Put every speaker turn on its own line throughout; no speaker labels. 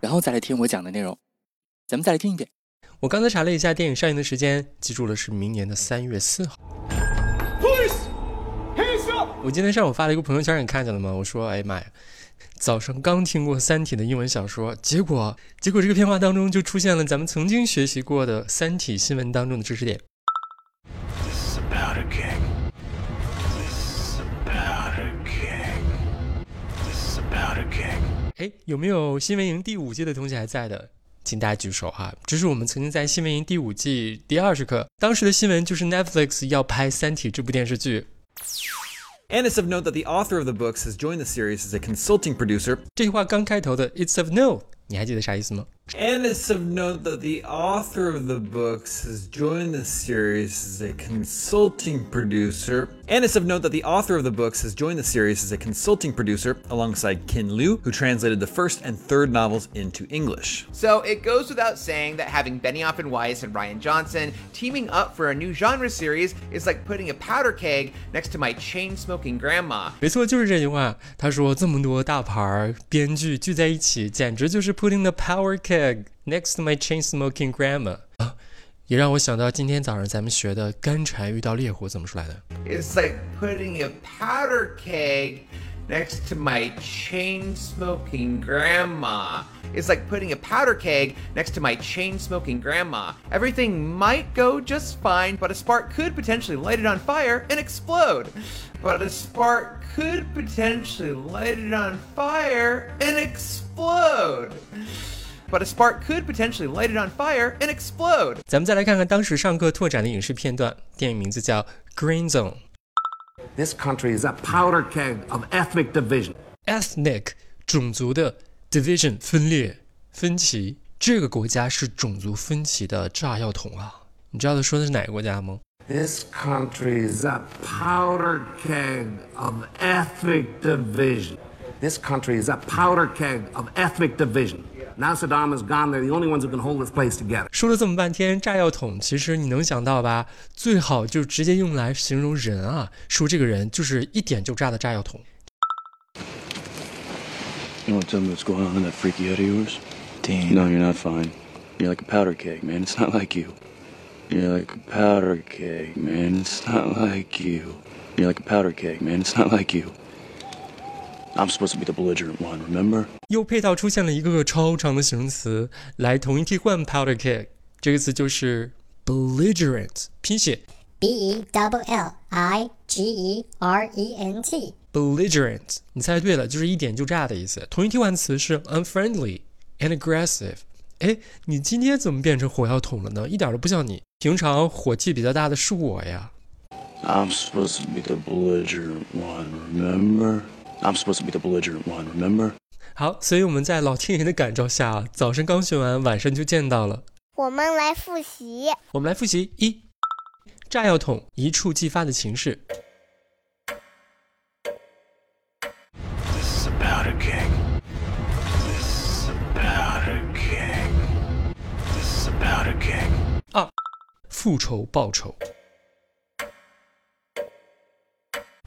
然后再来听我讲的内容。咱们再来听一遍。
我刚才查了一下电影上映的时间，记住了是明年的三月四号。我今天上午发了一个朋友圈，你看见了吗？我说，哎呀妈呀，早上刚听过《三体》的英文小说，结果结果这个片话当中就出现了咱们曾经学习过的《三体》新闻当中的知识点。
This is about a king. This is about a king. This is about a king.
哎，有没有新闻营第五季的同学还在的？请大家举手哈！这是我们曾经在新闻营第五季第二十课，当时的新闻就是 Netflix 要拍《三体》这部电视剧，
And it's of note that the author of the books has joined the series as a consulting producer.
这句话刚开头的 "It's of no"，你还记得啥意思吗？
And it's of note that the author of the books has joined the series as a consulting producer. And it's of note that the author of the books has joined the series as a consulting producer alongside Kin Liu, who translated the first and third novels into English.
So it goes without saying that having Benioff and Weiss and Ryan Johnson teaming up for a new genre series is like putting a powder keg next to my chain smoking grandma.
没错，就是这句话。他说这么多大牌儿编剧聚在一起，简直就是 putting the power keg next to my chain smoking grandma 啊，也让我想到今天早上咱们学的干柴遇到烈火怎么出来的。
It's like putting a powder keg next to my chain smoking grandma. It's like putting a powder keg next to my chain smoking grandma. Everything might go just fine, but a spark could potentially light it on fire and explode. But a spark could potentially light it on fire and explode. But a spark could potentially light it on fire and explode.
咱们再来看看当时上课拓展的影视片段，电影名字叫《Green Zone
This country is a powder keg of ethnic division.》
，ethnic 种族的 division 分裂分歧，这个国家是种族分歧的炸药桶啊！你知道他说的是哪个国家吗？
This country is a powder keg of ethnic division. This country is a powder keg of ethnic division. Now Saddam is gone, they're the only ones who can hold this place together.
说了这么半天，炸药桶，其实你能想到吧？最好就直接用来形容人啊，说这个人就是一点就炸的炸药桶。
You want to tell me what's going on in that freaky head of yours? Dean. No, you're not fine. You're like a powder keg, man. It's not like you. You're like a powder keg, man. It's not like you. You're like a powder keg, man. It's not like you. I'm supposed to be the belligerent one, remember?
又配套出现了一个个超长的形容词来统一替换 powder keg 这个词，就是 belligerent 拼写
B E double L I G E R E N T。
belligerent。你猜对了，就是一点就炸的意思。同义替换词是 unfriendly and aggressive。哎，你今天怎么变成火药桶了呢？一点都不像你。平常火气比较大的是我呀。
I'm supposed to be the belligerent one, remember? I'm supposed to be the belligerent one, remember?
好，所以我们在老天爷的感召下，早上刚学完，晚上就见到了。
我们来复习
我们来复习一，炸药桶一触即发的情势；
This is about a king. This is about a king. This is about a king.
二，复仇报仇；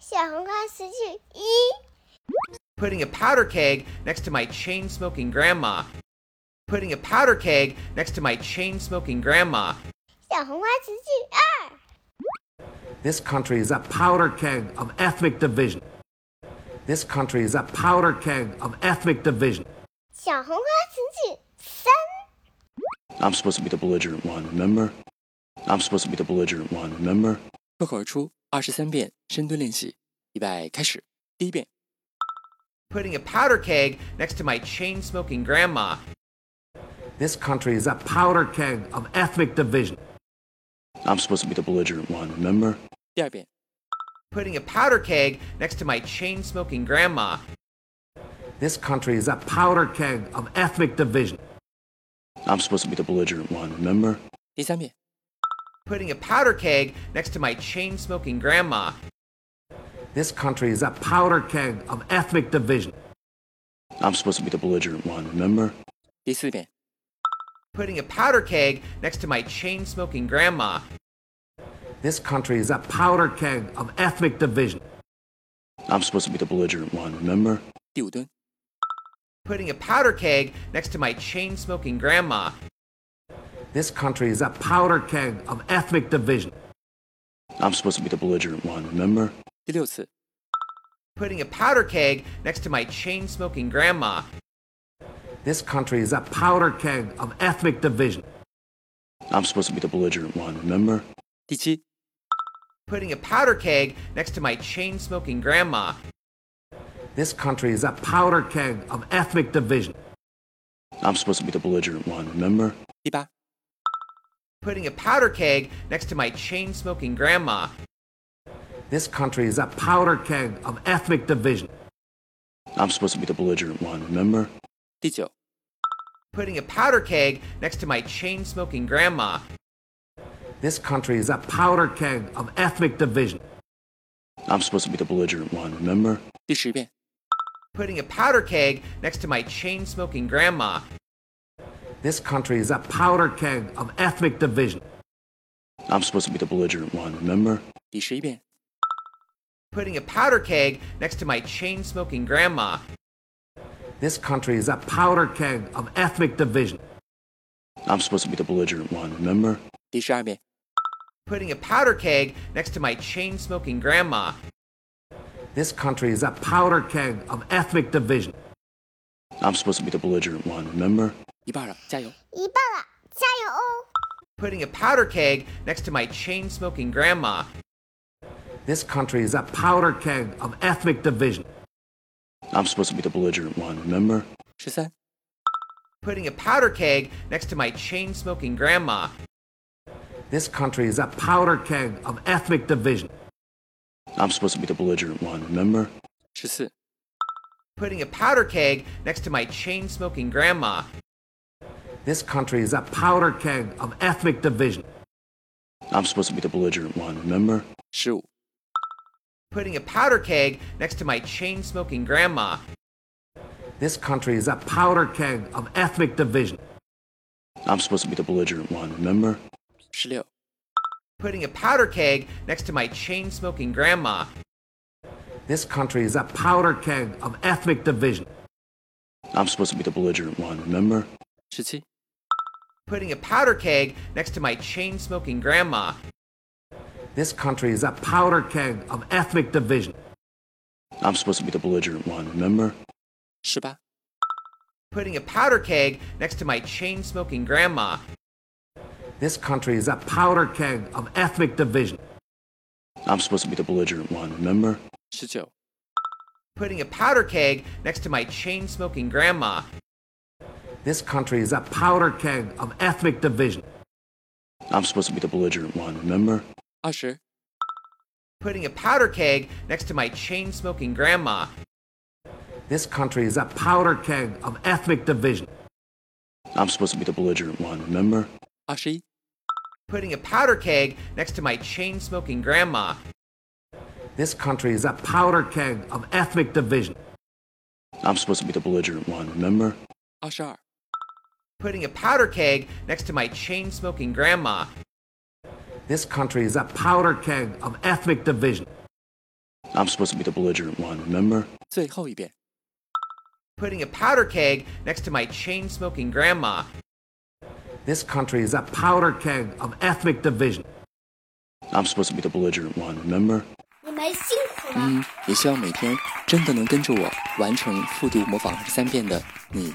小红花词句一，
putting a powder keg next to my chain smoking grandma. Putting a powder keg next to my chain smoking grandma.
小红花词句二，
This country is a powder keg of ethnic division. This country is a powder keg of ethnic division.
小红花词句三。
I'm supposed to be the belligerent one, remember? I'm supposed to be the belligerent one, remember?
脱口而出二十三遍深蹲练习，预备开始。第一遍，
Putting a powder keg next to my chain smoking grandma.
This country is a powder keg of ethnic division.
I'm supposed to be the belligerent one, remember?
第二遍，
Putting a powder keg next to my chain smoking grandma.
This country is a powder keg of ethnic division.
I'm supposed to be the belligerent one, remember?
第三遍，
Putting a powder keg next to my chain smoking grandma.
This country is a powder keg of ethnic division.
I'm supposed to be the belligerent one, remember?
第四遍，
Putting a powder keg next to my chain smoking grandma.
This country is a powder keg of ethnic division.
I'm supposed to be the belligerent one, remember?
第五蹲，
Putting a powder keg next to my chain smoking grandma.
This country is a powder keg of ethnic division.
I'm supposed to be the belligerent one, remember?
第六次，
Putting a powder keg next to my chain smoking grandma.
This country is a powder keg of ethnic division.
I'm supposed to be the belligerent one, remember?
第七，
Putting a powder keg next to my chain smoking grandma.
This country is a powder keg of ethnic division.
I'm supposed to be the belligerent one, remember?
第八，
Putting a powder keg next to my chain smoking grandma.
This country is a powder keg of ethnic division.
I'm supposed to be the belligerent one, remember?
第九，
Putting a powder keg next to my chain smoking grandma.
This country is a powder keg of ethnic division.
I'm supposed to be the belligerent one, remember?
第十遍，
Putting a powder keg next to my chain smoking grandma.
This country is a powder keg of ethnic division.
I'm supposed to be the belligerent one, remember?
第十一遍，
Putting a powder keg next to my chain smoking grandma.
This country is a powder keg of ethnic division.
I'm supposed to be the belligerent one, remember?
第十二遍，
Putting a powder keg next to my chain smoking grandma.
This country is a powder keg of ethnic division.
I'm supposed to be the belligerent one, remember?
一半了，加油！
一半了，加油哦！
Putting a powder keg next to my chain smoking grandma.
This country is a powder keg of ethnic division.
I'm supposed to be the belligerent one, remember?
十三、
Putting a powder keg next to my chain smoking grandma.
This country is a powder keg of ethnic division.
I'm supposed to be the belligerent one, remember?
十四、
Putting a powder keg next to my chain smoking grandma.
This country is a powder keg of ethnic division.
I'm supposed to be the belligerent one, remember?
十五、
Putting a powder keg next to my chain smoking grandma.
This country is a powder keg of ethnic division.
I'm supposed to be the belligerent one, remember?
十六、
Putting a powder keg next to my chain smoking grandma.
This country is a powder keg of ethnic division.
I'm supposed to be the belligerent one, remember?
十七、
Putting a powder keg next to my chain smoking grandma.
This country is a powder keg of ethnic division.
I'm supposed to be the belligerent one, remember?
十八、
Putting a powder keg next to my chain smoking grandma.
This country is a powder keg of ethnic division.
I'm supposed to be the belligerent one, remember?
十九、
Putting a powder keg next to my chain smoking grandma.
This country is a powder keg of ethnic division.
I'm supposed to be the belligerent one, remember?
二十、
Putting a powder keg next to my chain smoking grandma.
This country is a powder keg of ethnic division.
I'm supposed to be the belligerent one, remember?
二十一、
Putting a powder keg next to my chain smoking grandma.
This country is a powder keg of ethnic division.
I'm supposed to be the belligerent one, remember?
二十二、
Putting a powder keg next to my chain smoking grandma.
This country is a powder keg of ethnic division.
I'm supposed to be the belligerent one, remember?
最后一遍。
Putting a powder keg next to my chain smoking grandma.
This country is a powder keg of ethnic division.
I'm supposed to be the belligerent one, remember?
你们辛苦
嗯，也希望每天真的能跟着我完成复读模仿二十三遍的你，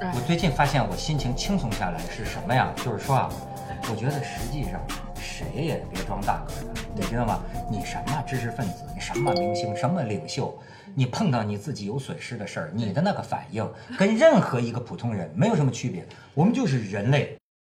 我最近发现我心情轻松下来是什么呀？就是说啊，我觉得实际上谁也别装大个子，你知道吗？你什么知识分子，你什么明星，什么领袖，你碰到你自己有损失的事儿，你的那个反应跟任何一个普通人没有什么区别。我们就是人类。